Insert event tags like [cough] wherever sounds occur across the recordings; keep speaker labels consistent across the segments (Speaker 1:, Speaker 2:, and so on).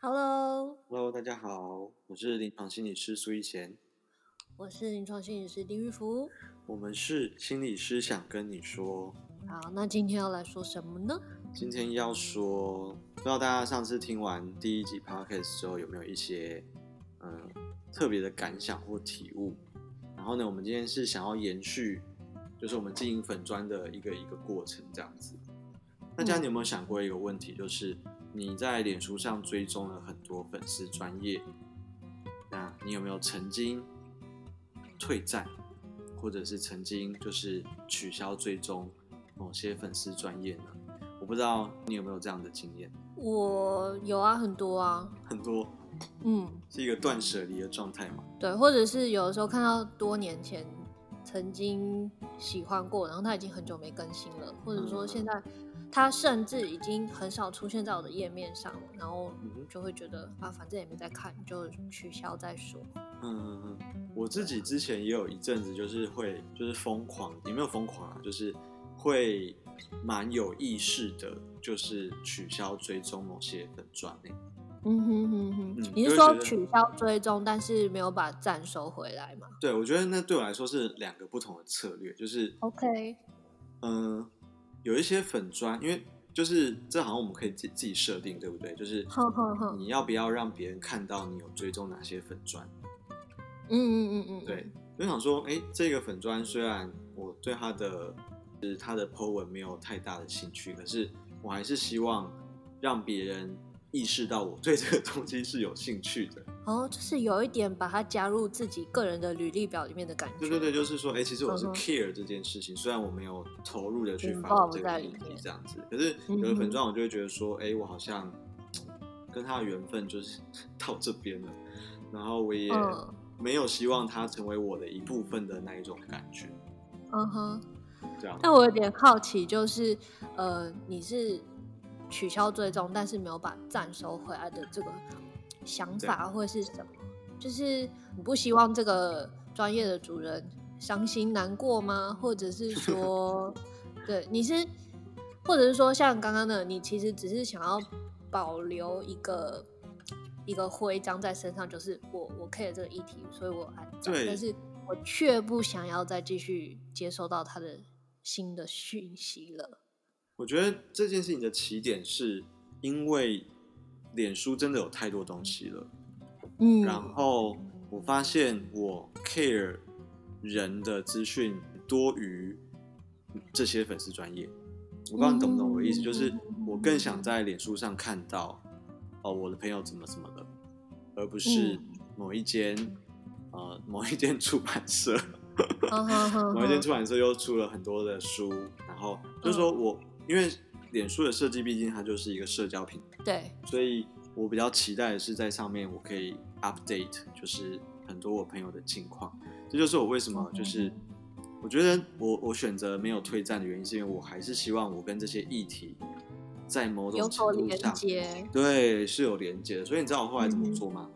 Speaker 1: Hello，
Speaker 2: Hello，大家好，我是临床心理师苏一贤，
Speaker 1: 我是临床心理师林玉福。
Speaker 2: 我们是心理师想跟你说，
Speaker 1: 好，啊那今天要来说什么呢？
Speaker 2: 今天要说，不知道大家上次听完第一集 podcast 之后有没有一些嗯特别的感想或体悟？然后呢，我们今天是想要延续，就是我们经营粉砖的一个一个过程这样子。大家
Speaker 1: 嗯
Speaker 2: 你有没有想过一个问题，就是你在脸书上追踪了很多粉丝专业，那你有没有曾经退战，或者是曾经就是取消追踪某些粉丝专业呢？我不知道你有没有这样的经验，
Speaker 1: 我有啊，很多啊，
Speaker 2: 很多
Speaker 1: 嗯，
Speaker 2: 是一个断舍离的状态嘛。
Speaker 1: 对，或者是有的时候看到多年前曾经喜欢过，然后他已经很久没更新了，或者说
Speaker 2: 嗯
Speaker 1: 现在他甚至已经很少出现在我的页面上了，然后
Speaker 2: 嗯哼
Speaker 1: 就会觉得啊，反正也没在看，就取消再说。
Speaker 2: 嗯嗯嗯，我自己之前也有一阵子就是会就是疯狂，也没有疯狂啊，就是会蛮有意识的，就是取消追踪某些粉专类。
Speaker 1: 嗯哼哼哼，
Speaker 2: 嗯
Speaker 1: 你
Speaker 2: 就是会
Speaker 1: 说
Speaker 2: 觉得
Speaker 1: 取消追踪，但是没有把赞收回来吗
Speaker 2: 对，我觉得那对我来说是两个不同的策略，就是
Speaker 1: ？OK，
Speaker 2: 嗯、呃有一些粉砖，因为就是这好像我们可以自己自己设定，对不对？就是
Speaker 1: 哼哼哼
Speaker 2: 你要不要让别人看到你有追踪哪些粉砖？
Speaker 1: 嗯嗯嗯嗯，
Speaker 2: 对，就想说，哎，这个粉砖虽然我对它的，就是它的 po 文没有太大的兴趣，可是我还是希望让别人意识到我对这个东西是有兴趣的。
Speaker 1: 哦，就是有一点把它加入自己个人的履历表里面的感觉。
Speaker 2: 对对对，就是说，哎，其实我是
Speaker 1: 嗯哼
Speaker 2: care 这件事情，虽然我没有投入的去发
Speaker 1: Involve
Speaker 2: 这
Speaker 1: 在
Speaker 2: 个
Speaker 1: 里
Speaker 2: 议题
Speaker 1: 面嗯
Speaker 2: 这样子，可是有的粉砖我就会觉得说，哎，我好像跟他的缘分就是 [laughs] 到这边了，然后我也
Speaker 1: 嗯
Speaker 2: 没有希望他成为我的一部分的那一种感觉，
Speaker 1: 嗯哼。
Speaker 2: 这样。
Speaker 1: 但我有点好奇，就是呃，你是取消追踪，但是没有把赞收回来的这个想法会是什么？就是你不希望这个专业的主人伤心难过吗？或者是说，对，你是，或者是说像刚刚的，你其实只是想要保留一个。一个徽章在身上，就是我我 care 这个议题，所以我按赞
Speaker 2: 对
Speaker 1: 但是我却不想要再继续接收到他的新的讯息了。
Speaker 2: 我觉得这件事情的起点是因为脸书真的有太多东西了，
Speaker 1: 嗯
Speaker 2: 然后我发现我 care 人的资讯多于这些粉丝专业。我不知道你懂不懂我的意思，就是我更想在脸书上看到哦我的朋友怎么怎么了，而不是
Speaker 1: 嗯
Speaker 2: 某一间呃某一间出版社。
Speaker 1: 哼哼嗯哼
Speaker 2: 某一间
Speaker 1: 哼
Speaker 2: 出版社又出了很多的书，然后就是
Speaker 1: 嗯
Speaker 2: 说我、因为脸书的设计，毕竟它就是一个社交平台，
Speaker 1: 对，
Speaker 2: 所以我比较期待的是在上面我可以 update，就是很多我朋友的近况。这就是我为什
Speaker 1: 嗯
Speaker 2: 么就是我觉得我我选择没有退战的原因，是因为我还是希望我跟这些议题在某
Speaker 1: 有
Speaker 2: 种
Speaker 1: 所
Speaker 2: 程度
Speaker 1: 连
Speaker 2: 上
Speaker 1: 接。
Speaker 2: 对是有连接的。所以你知道我后来怎么
Speaker 1: 嗯
Speaker 2: 做吗？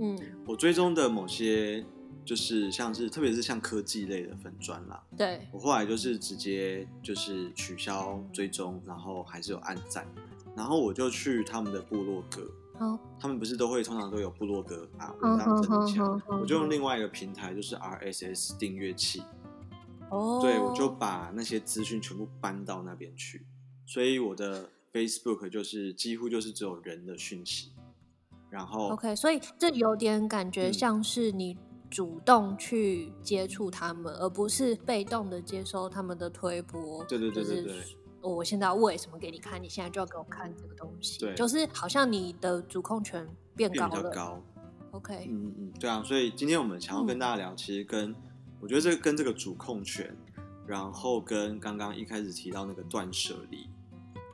Speaker 1: 嗯，
Speaker 2: 我追踪的某些就是像是特别是像科技类的粉砖啦。
Speaker 1: 对，
Speaker 2: 我后来就是直接就是取消追踪，然后还是有按赞，然后我就去他们的部落格，
Speaker 1: 好，
Speaker 2: 他们不是都会通常都有部落格啊把
Speaker 1: 嗯
Speaker 2: 文章整理起来，我就用另外一个平台，就是 RSS 订阅器，
Speaker 1: 哦，
Speaker 2: 对我就把那些资讯全部搬到那边去，所以我的 Facebook 就是几乎就是只有人的讯息，然后
Speaker 1: OK，所以这有点感觉
Speaker 2: 嗯
Speaker 1: 像是你。主动去接触他们，而不是被动的接收他们的推播。
Speaker 2: 对对对对
Speaker 1: 就
Speaker 2: 对
Speaker 1: 是哦我现在要喂什么给你看，你现在就要给我看这个东西。
Speaker 2: 对
Speaker 1: 就是好像你的主控权变
Speaker 2: 变
Speaker 1: 高
Speaker 2: 比较
Speaker 1: 了。
Speaker 2: 高，
Speaker 1: OK，
Speaker 2: 嗯嗯，对啊，所以今天我们想要跟大家聊，其实跟我觉得这跟这个主控权，然后跟刚刚一开始提到那个断舍离，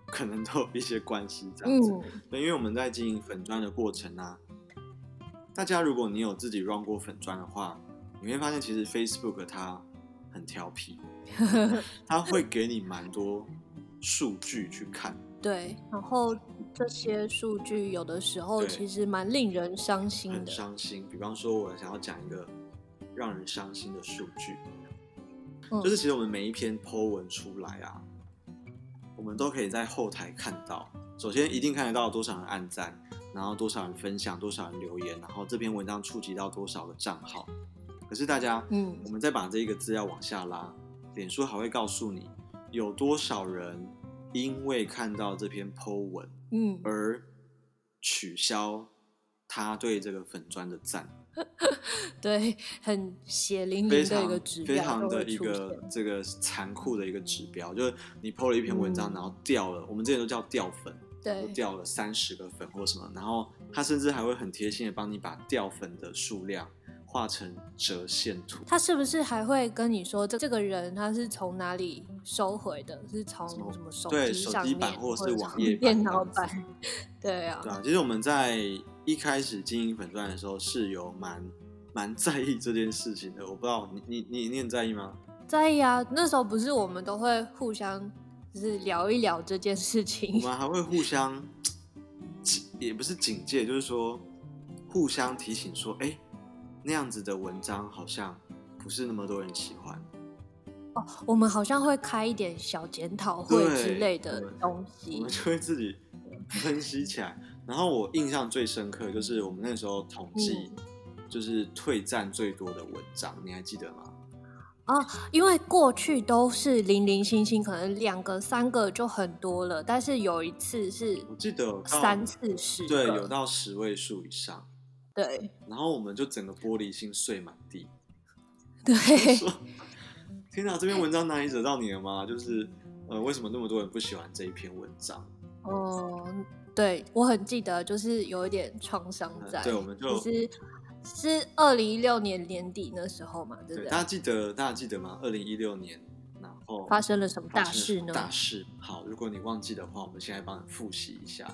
Speaker 2: 可能都有一些关系这样子。
Speaker 1: 嗯，
Speaker 2: 对，因为我们在经营粉砖的过程啊，大家如果你有自己 run 过粉砖的话，你会发现其实 Facebook 它很调皮，它会给你蛮多数据去看。
Speaker 1: 对，然后这些数据有的时候
Speaker 2: 对
Speaker 1: 其实蛮令人伤心
Speaker 2: 很
Speaker 1: 的。
Speaker 2: 伤心。比方说，我想要讲一个让人伤心的数据，
Speaker 1: 嗯
Speaker 2: 就是其实我们每一篇 Po 文出来啊，我们都可以在后台看到，首先一定看得到多少人按赞，然后多少人分享，多少人留言，然后这篇文章触及到多少个账号。可是大家，
Speaker 1: 嗯
Speaker 2: 我们再把这个资料往下拉，脸书还会告诉你有多少人因为看到这篇 Po 文
Speaker 1: 嗯，
Speaker 2: 而取消他对这个粉砖的赞，
Speaker 1: 对，很血淋
Speaker 2: 非
Speaker 1: 淋嗯的一
Speaker 2: 常
Speaker 1: 个指
Speaker 2: 非
Speaker 1: 标
Speaker 2: 常
Speaker 1: 都
Speaker 2: 的
Speaker 1: 会
Speaker 2: 一
Speaker 1: 出
Speaker 2: 个
Speaker 1: 现。
Speaker 2: 这个残酷的一个指标，就是你 PO 了一篇文章，
Speaker 1: 嗯
Speaker 2: 然后掉了，我们之前都叫掉粉，都
Speaker 1: 对，
Speaker 2: 掉了三十个粉或什么，然后他甚至还会很贴心的帮你把掉粉的数量画成折线图，
Speaker 1: 他是不是还会跟你说这这个人他是从哪里收回的？是从
Speaker 2: 什么
Speaker 1: 什么手
Speaker 2: 对
Speaker 1: 机
Speaker 2: 手
Speaker 1: 上
Speaker 2: 机
Speaker 1: 面，
Speaker 2: 版或是
Speaker 1: 者
Speaker 2: 网
Speaker 1: 从
Speaker 2: 页版
Speaker 1: 电
Speaker 2: 这
Speaker 1: 脑
Speaker 2: 样子
Speaker 1: 版？对啊
Speaker 2: 对，啊，其实我们在一开始经营粉钻的时候是有蛮蛮在意这件事情的，我不知道你你你你很在意吗？
Speaker 1: 在意啊。那时候不是我们都会互相就是聊一聊这件事
Speaker 2: 我
Speaker 1: 情。
Speaker 2: 们还会互相警，也不是警戒，就是说互相提醒说，哎、那样子的文章好像不是那么多人喜欢。
Speaker 1: 我们好像会开一点小检讨会
Speaker 2: 对
Speaker 1: 之类的
Speaker 2: 我们
Speaker 1: 东
Speaker 2: 我
Speaker 1: 西
Speaker 2: 们。就会自己分析起来。然后我印象最深刻就是我们那时候统计，
Speaker 1: 嗯
Speaker 2: 就是退战最多的文章，你还记得吗？
Speaker 1: 因为过去都是零零星星，可能两个、三个就很多了，但是有一次是
Speaker 2: 我记得有到
Speaker 1: 三四十
Speaker 2: 对，
Speaker 1: 个，
Speaker 2: 有到十位数以上。
Speaker 1: 对
Speaker 2: 然后我们就整个玻璃心碎满地，
Speaker 1: 对
Speaker 2: 说：“天哪，这
Speaker 1: 嗯
Speaker 2: 篇文章哪里惹到你了吗？就是呃，为什么那么多人不喜欢这一篇文章？
Speaker 1: 哦、对我很记得，就是有一点创伤
Speaker 2: 呃
Speaker 1: 在。
Speaker 2: 对，我们就
Speaker 1: 就是是二零一六年年底那时候嘛，对不
Speaker 2: 对
Speaker 1: 对？
Speaker 2: 大家记得，大家记得吗？二零一六年，然后
Speaker 1: 发生了什么大
Speaker 2: 发生了
Speaker 1: 事
Speaker 2: 什么
Speaker 1: 呢？
Speaker 2: 大事。好，如果你忘记的话，我们现在帮你复习一下。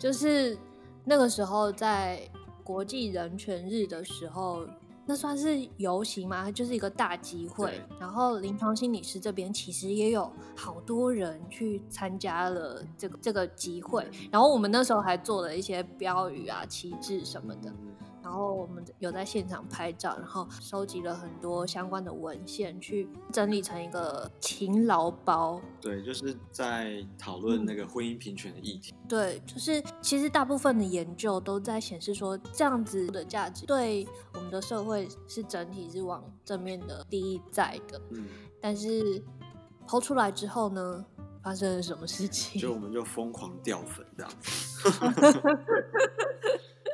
Speaker 1: 就是那个时候在国际人权日的时候，那算是游行吗？就是一个大集会
Speaker 2: 对。
Speaker 1: 然后临床心理师这边其实也有好多人去参加了这个这个集会，然后我们那时候还做了一些标语啊、旗帜什么的。
Speaker 2: 嗯
Speaker 1: 然后我们有在现场拍照，然后收集了很多相关的文献，去整理成一个勤劳包。
Speaker 2: 对，就是在讨论那个婚姻平权的议题。
Speaker 1: 对，就是其实大部分的研究都在显示说，这样子的价值对我们的社会是整体是往正面的利益在的。
Speaker 2: 嗯，
Speaker 1: 但是抛出来之后呢，发生了什么事情？
Speaker 2: 就我们就疯狂掉粉这样子。
Speaker 1: [laughs]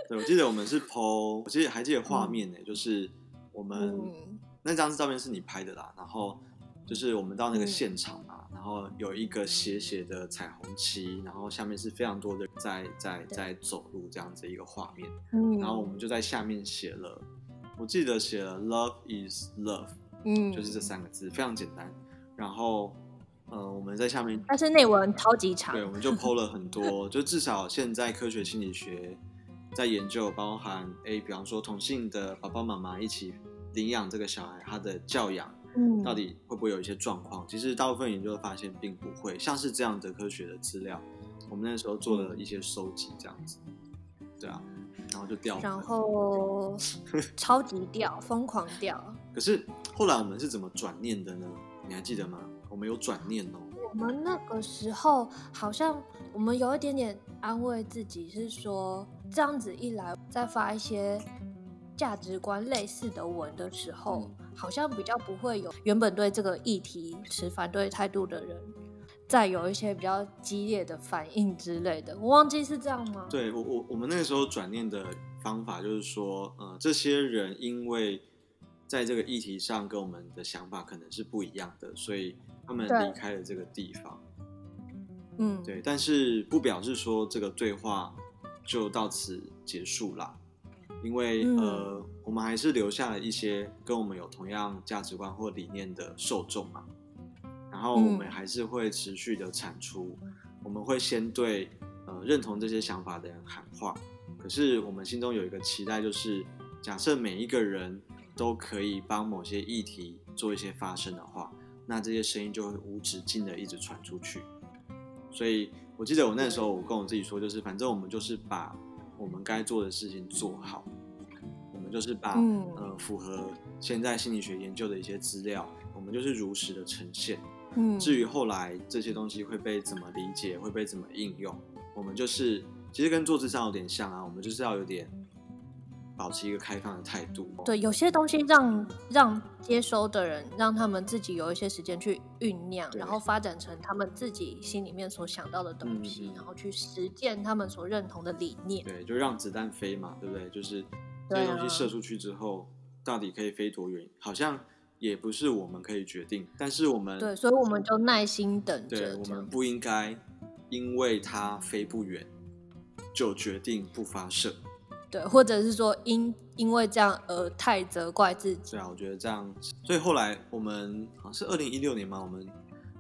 Speaker 2: 对，我记得我们是 PO，我记得还记得画面呢、就是我们、
Speaker 1: 嗯
Speaker 2: 那张照片是你拍的啦，然后就是我们到
Speaker 1: 嗯
Speaker 2: 那个现场嘛，然后有一个斜斜的彩虹旗，然后下面是非常多的人在在在走路这样子一个画面。
Speaker 1: 嗯，
Speaker 2: 然后我们就在下面写了，我记得写了 “love is love”，
Speaker 1: 嗯，
Speaker 2: 就是这三个字，非常简单。然后，呃，我们在下面，
Speaker 1: 但是内文超级长
Speaker 2: 对，，我们就 PO 了很
Speaker 1: [laughs]
Speaker 2: 多，就至少现在科学心理学在研究，包含诶，比方说同性的爸爸妈妈一起领养这个小孩，他的教养
Speaker 1: 嗯，
Speaker 2: 到底会不会有一些状况？其实大部分研究发现并不会，像是这样的科学的资料，我们那时候做
Speaker 1: 嗯
Speaker 2: 了一些收集，这样子，对啊，然后就掉
Speaker 1: 嗯
Speaker 2: 粉
Speaker 1: 然后
Speaker 2: [laughs]
Speaker 1: 超级掉，疯狂掉。
Speaker 2: 可是后来我们是怎么转念的呢？你还记得吗？我们有转念哦。
Speaker 1: 我们那个时候好像我们有一点点安慰自己，是说这样子一来，再发一些价值观类似的文的时候，
Speaker 2: 嗯
Speaker 1: 好像比较不会有原本对这个议题持反对态度的人，再有一些比较激烈的反应之类的。我忘记是这样吗？，
Speaker 2: 对我我我们那个时候转念的方法就是说，呃，这些人因为在这个议题上跟我们的想法可能是不一样的，所以他们
Speaker 1: 对
Speaker 2: 离开了这个地方。
Speaker 1: 嗯，
Speaker 2: 对，但是不表示说这个对话就到此结束啦，因为、
Speaker 1: 嗯
Speaker 2: 呃，我们还是留下了一些跟我们有同样价值观或理念的受众嘛，然后我们
Speaker 1: 嗯
Speaker 2: 还是会持续的产出，我们会先对呃认同这些想法的人喊话，可是我们心中有一个期待，就是假设每一个人都可以帮某些议题做一些发声的话，那这些声音就会无止境的一直传出去。所以我记得我那时候我跟我自己说，就是反正我们就是把我们该做的事情做好，我们就是把、
Speaker 1: 嗯
Speaker 2: 呃符合现在心理学研究的一些资料，我们就是如实的呈现。
Speaker 1: 嗯
Speaker 2: 至于后来这些东西会被怎么理解，会被怎么应用，我们就是其实跟做智商有点像啊，我们就是要有点保持一个开放的态度。
Speaker 1: 对，有些东西让让接收的人，让他们自己有一些时间去酝酿，
Speaker 2: 对
Speaker 1: 然后发展成他们自己心里面所想到的东西，
Speaker 2: 嗯嗯
Speaker 1: 然后去实践他们所认同的理念。
Speaker 2: 对，就让子弹飞嘛，对不对？就是这
Speaker 1: 对
Speaker 2: 些
Speaker 1: 啊
Speaker 2: 东西射出去之后，到底可以飞多远，好像也不是我们可以决定，但是我们
Speaker 1: 对，所以我们就耐心等着。
Speaker 2: 对，我
Speaker 1: 这样
Speaker 2: 们不应该因为它飞不远就决定不发射。
Speaker 1: 对，或者是说因因为这样而太责怪自己。
Speaker 2: 对啊，我觉得这样，所以后来我们好像是二零一六年嘛，我们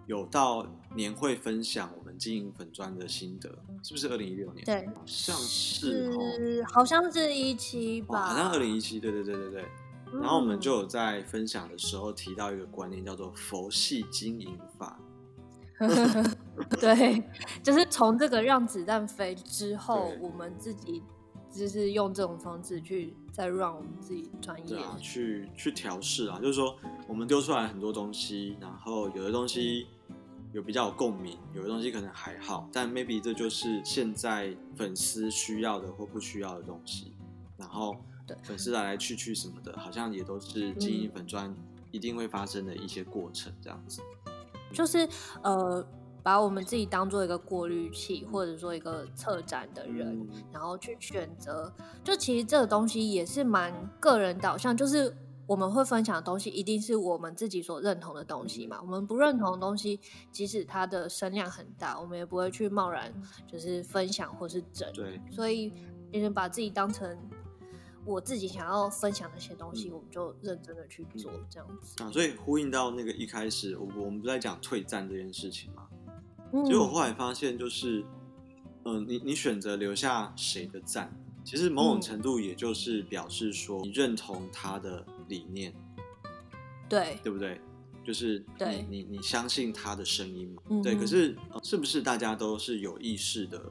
Speaker 2: 有到年会分享我们经营粉砖的心得，是不是二零一六年？
Speaker 1: 对，
Speaker 2: 好像是哦，
Speaker 1: 好像是一期
Speaker 2: 哇
Speaker 1: 吧，
Speaker 2: 好像二零一七，对对对对对。
Speaker 1: 嗯
Speaker 2: 然后我们就有在分享的时候提到一个观念，叫做佛系经营法。 [laughs]
Speaker 1: 对，就是从这个让子弹飞之后
Speaker 2: 对，
Speaker 1: 我们自己就是用这种方式去再让我们自己专业
Speaker 2: 对。啊，去去调试啊，就是说我们丢出来很多东西，然后有的东西有比较有共鸣，有的东西可能还好，但 maybe 这就是现在粉丝需要的或不需要的东西。然后
Speaker 1: 对
Speaker 2: 粉丝来来去去什么的，好像也都是经营粉砖一定会发生的一些过程，这样子。
Speaker 1: 就是呃，把我们自己当做一个过滤器，或者说一个策展的人，
Speaker 2: 嗯
Speaker 1: 然后去选择。就其实这个东西也是蛮个人导向，就是我们会分享的东西一定是我们自己所认同的东西嘛。
Speaker 2: 嗯
Speaker 1: 我们不认同的东西，即使它的声量很大，我们也不会去贸然就是分享或是整。
Speaker 2: 对，
Speaker 1: 所以别人把自己当成。我自己想要分享那些东西，
Speaker 2: 嗯
Speaker 1: 我们就认真的去做，这样子。
Speaker 2: 啊，所以呼应到那个一开始，我我们不是在讲退战这件事情嘛？
Speaker 1: 嗯
Speaker 2: 结果我后来发现，就是，嗯、你你选择留下谁的赞，其实
Speaker 1: 嗯
Speaker 2: 某种程度也就是表示说你认同他的理念，
Speaker 1: 对，
Speaker 2: 对不对？就是
Speaker 1: 对
Speaker 2: 你你你相信他的声音嘛？
Speaker 1: 嗯
Speaker 2: 对。
Speaker 1: 哼
Speaker 2: 可是、呃是不是大家都是有意识的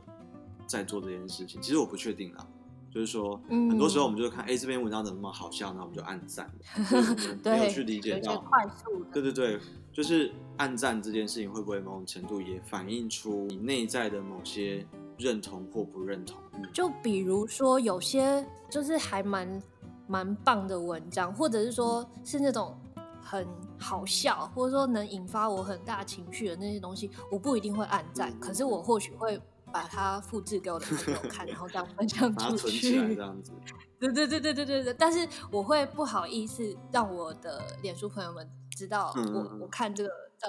Speaker 2: 在做这件事情？其实我不确定啦。就是说，
Speaker 1: 嗯
Speaker 2: 很多时候我们就会看，哎、这篇文章怎么那么好笑，那我们就按赞，
Speaker 1: [laughs]
Speaker 2: 就是我们没有
Speaker 1: 对，
Speaker 2: 去理解
Speaker 1: 有一些
Speaker 2: 到
Speaker 1: 快速的，
Speaker 2: 对对对，就是暗赞这件事情，会不会某种程度也反映出你内在的某些认同或不认同？嗯，
Speaker 1: 就比如说有些就是还蛮蛮棒的文章，或者是说是那种很好笑，或者说能引发我很大情绪的那些东西，我不一定会暗赞，
Speaker 2: 嗯
Speaker 1: 可是我或许会。把它复制给我的朋友看，然后这样分享
Speaker 2: 把它
Speaker 1: 出
Speaker 2: 存起来
Speaker 1: 去
Speaker 2: 这。样子。
Speaker 1: 对对对对对对对，但是我会不好意思让我的脸书朋友们知道我
Speaker 2: 嗯嗯嗯
Speaker 1: 我看这个照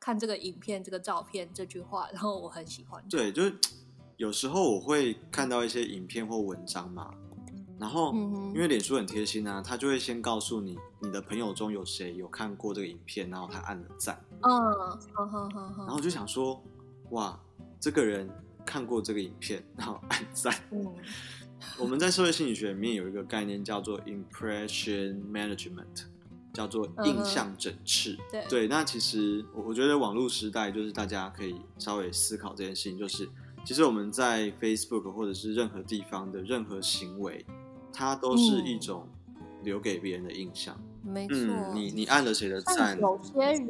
Speaker 1: 看这个影片、这个照片、这句话，然后我很喜欢。
Speaker 2: 对，就是有时候我会看到一些影片或文章嘛，然后
Speaker 1: 嗯哼
Speaker 2: 因为脸书很贴心啊，他就会先告诉你你的朋友中有谁有看过这个影片，然后他按了赞，
Speaker 1: 嗯，好好好好
Speaker 2: 然。后我就想说，哇，这个人看过这个影片，然后按赞。
Speaker 1: 嗯，
Speaker 2: 我们在社会心理学里面有一个概念叫做 impression management，叫做印象整治。
Speaker 1: 嗯对
Speaker 2: 那其实我我觉得网络时代就是大家可以稍微思考这件事情，就是其实我们在 Facebook 或者是任何地方的任何行为，它都是一种留给别人的印象。
Speaker 1: 嗯没错。
Speaker 2: 嗯，你你按了谁的
Speaker 1: 像
Speaker 2: 赞？
Speaker 1: 有些人，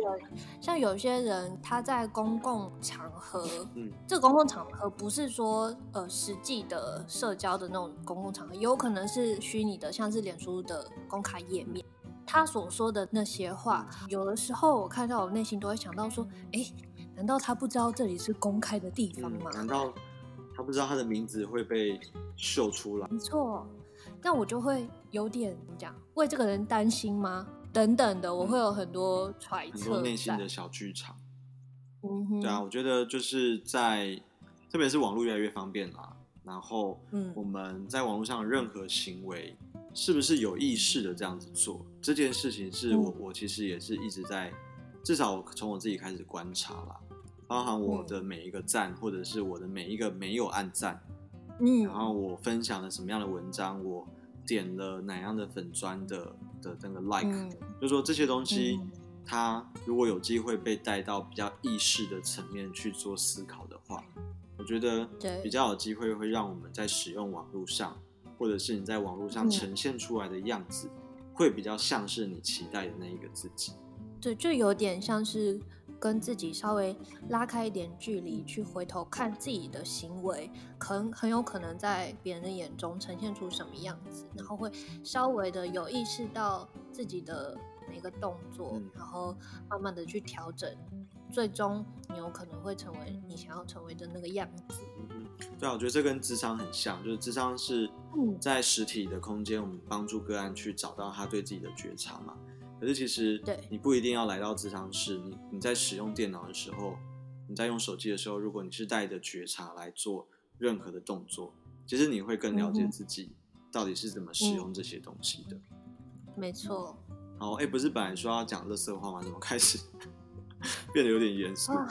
Speaker 1: 像有些人，他在公共场合，
Speaker 2: 嗯，
Speaker 1: 这个公共场合不是说呃实际的社交的那种公共场合，有可能是虚拟的，像是脸书的公开页面。他所说的那些话，有的时候我看到，我内心都会想到说，哎，难道他不知道这里是公开的地方
Speaker 2: 嗯
Speaker 1: 吗？，
Speaker 2: 难道他不知道他的名字会被秀出来？
Speaker 1: 没错，那我就会有点怎么讲，为这个人担心吗？等等的，我会有很多揣
Speaker 2: 嗯很多
Speaker 1: 测
Speaker 2: 内心
Speaker 1: 在。
Speaker 2: 的小剧场。
Speaker 1: 嗯哼，
Speaker 2: 对啊，我觉得就是在，特别是网络越来越方便啦，然后，
Speaker 1: 嗯
Speaker 2: 我们在网络上的任何行为，是不是有意识的这样子做这件事情，是
Speaker 1: 嗯
Speaker 2: 我、我其实也是一直在，至少我从我自己开始观察啦，包含我
Speaker 1: 嗯
Speaker 2: 的每一个赞，或者是我的每一个没有按赞，然
Speaker 1: 嗯，
Speaker 2: 后我分享了什么样的文章，我点了哪样的粉砖的的那个 like，、
Speaker 1: 嗯
Speaker 2: 就说这些东西，
Speaker 1: 嗯
Speaker 2: 它如果有机会被带到比较意识的层面去做思考的话，我觉得
Speaker 1: 对
Speaker 2: 比较有机会会让我们在使用网络上，或者是你在网络上
Speaker 1: 嗯
Speaker 2: 呈现出来的样子，会比较像是你期待的那一个自己。
Speaker 1: 对，就有点像是跟自己稍微拉开一点距离，去回头看自己的行为，可能很有可能在别人的眼中呈现出什么样子，然后会稍微的有意识到自己的每个动作，
Speaker 2: 嗯
Speaker 1: 然后慢慢的去调整，最终你有可能会成为你想要成为的那个样子。
Speaker 2: 对啊，我觉得这跟智商很像，就是智商是
Speaker 1: 嗯
Speaker 2: 在实体的空间，我们帮助个案去找到他对自己的觉察嘛。可是其实，
Speaker 1: 对
Speaker 2: 你不一定要来到智商室，你你在使用电脑的时候，你在用手机的时候，如果你是带着觉察来做任何的动作，其实你会更了解
Speaker 1: 嗯哼嗯
Speaker 2: 自己到底是怎么使用这些东西的。
Speaker 1: 没错，
Speaker 2: 然后，哎，不是本来说要讲乐色话吗？怎么开始变得有点严肃？
Speaker 1: 啊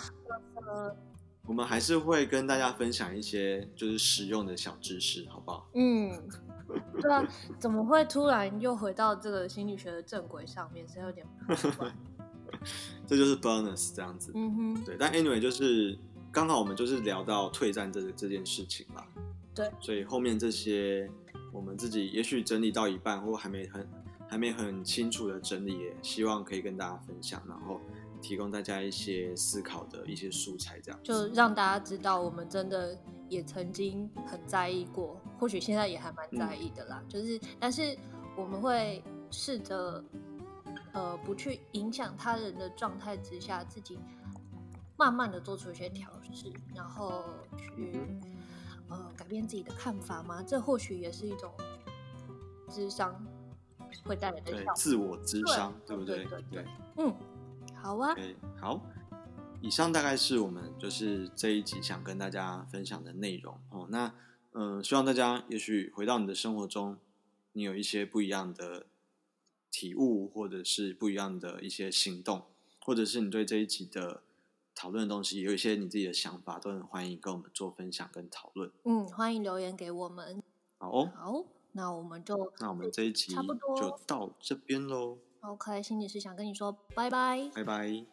Speaker 2: 我们还是会跟大家分享一些就是实用的小知识，好不好？
Speaker 1: 嗯， [laughs] 对啊，怎么会突然又回到这个心理学的正轨上面？是有点不习惯
Speaker 2: 这就是 bonus 这样子。
Speaker 1: 嗯哼，
Speaker 2: 对，但 anyway 就是刚好我们就是聊到退战这这件事情啦，
Speaker 1: 对，
Speaker 2: 所以后面这些我们自己也许整理到一半，或还没很还没很清楚的整理，也希望可以跟大家分享，然后提供大家一些思考的一些素材，这样子
Speaker 1: 就让大家知道，我们真的也曾经很在意过，或许现在也还蛮在意的啦。
Speaker 2: 嗯
Speaker 1: 就是，但是我们会试着，呃，不去影响他人的状态之下，自己慢慢的做出一些调试，然后去
Speaker 2: 嗯
Speaker 1: 呃改变自己的看法嘛。这或许也是一种智商会带来的
Speaker 2: 对
Speaker 1: 效果。
Speaker 2: 自我智商，
Speaker 1: 对
Speaker 2: 不
Speaker 1: 对对对嗯，好啊，
Speaker 2: 对，好。以上大概是我们就是这一集想跟大家分享的内容哦。那嗯、呃希望大家也许回到你的生活中，你有一些不一样的体悟，或者是不一样的一些行动，或者是你对这一集的讨论的东西有一些你自己的想法，都很欢迎跟我们做分享跟讨论。
Speaker 1: 嗯，欢迎留言给我们。
Speaker 2: 好哦，
Speaker 1: 好，那我们就
Speaker 2: 那我们这一集
Speaker 1: 差不多
Speaker 2: 就到这边喽，
Speaker 1: OK，心理师想跟你说拜拜。
Speaker 2: 拜拜。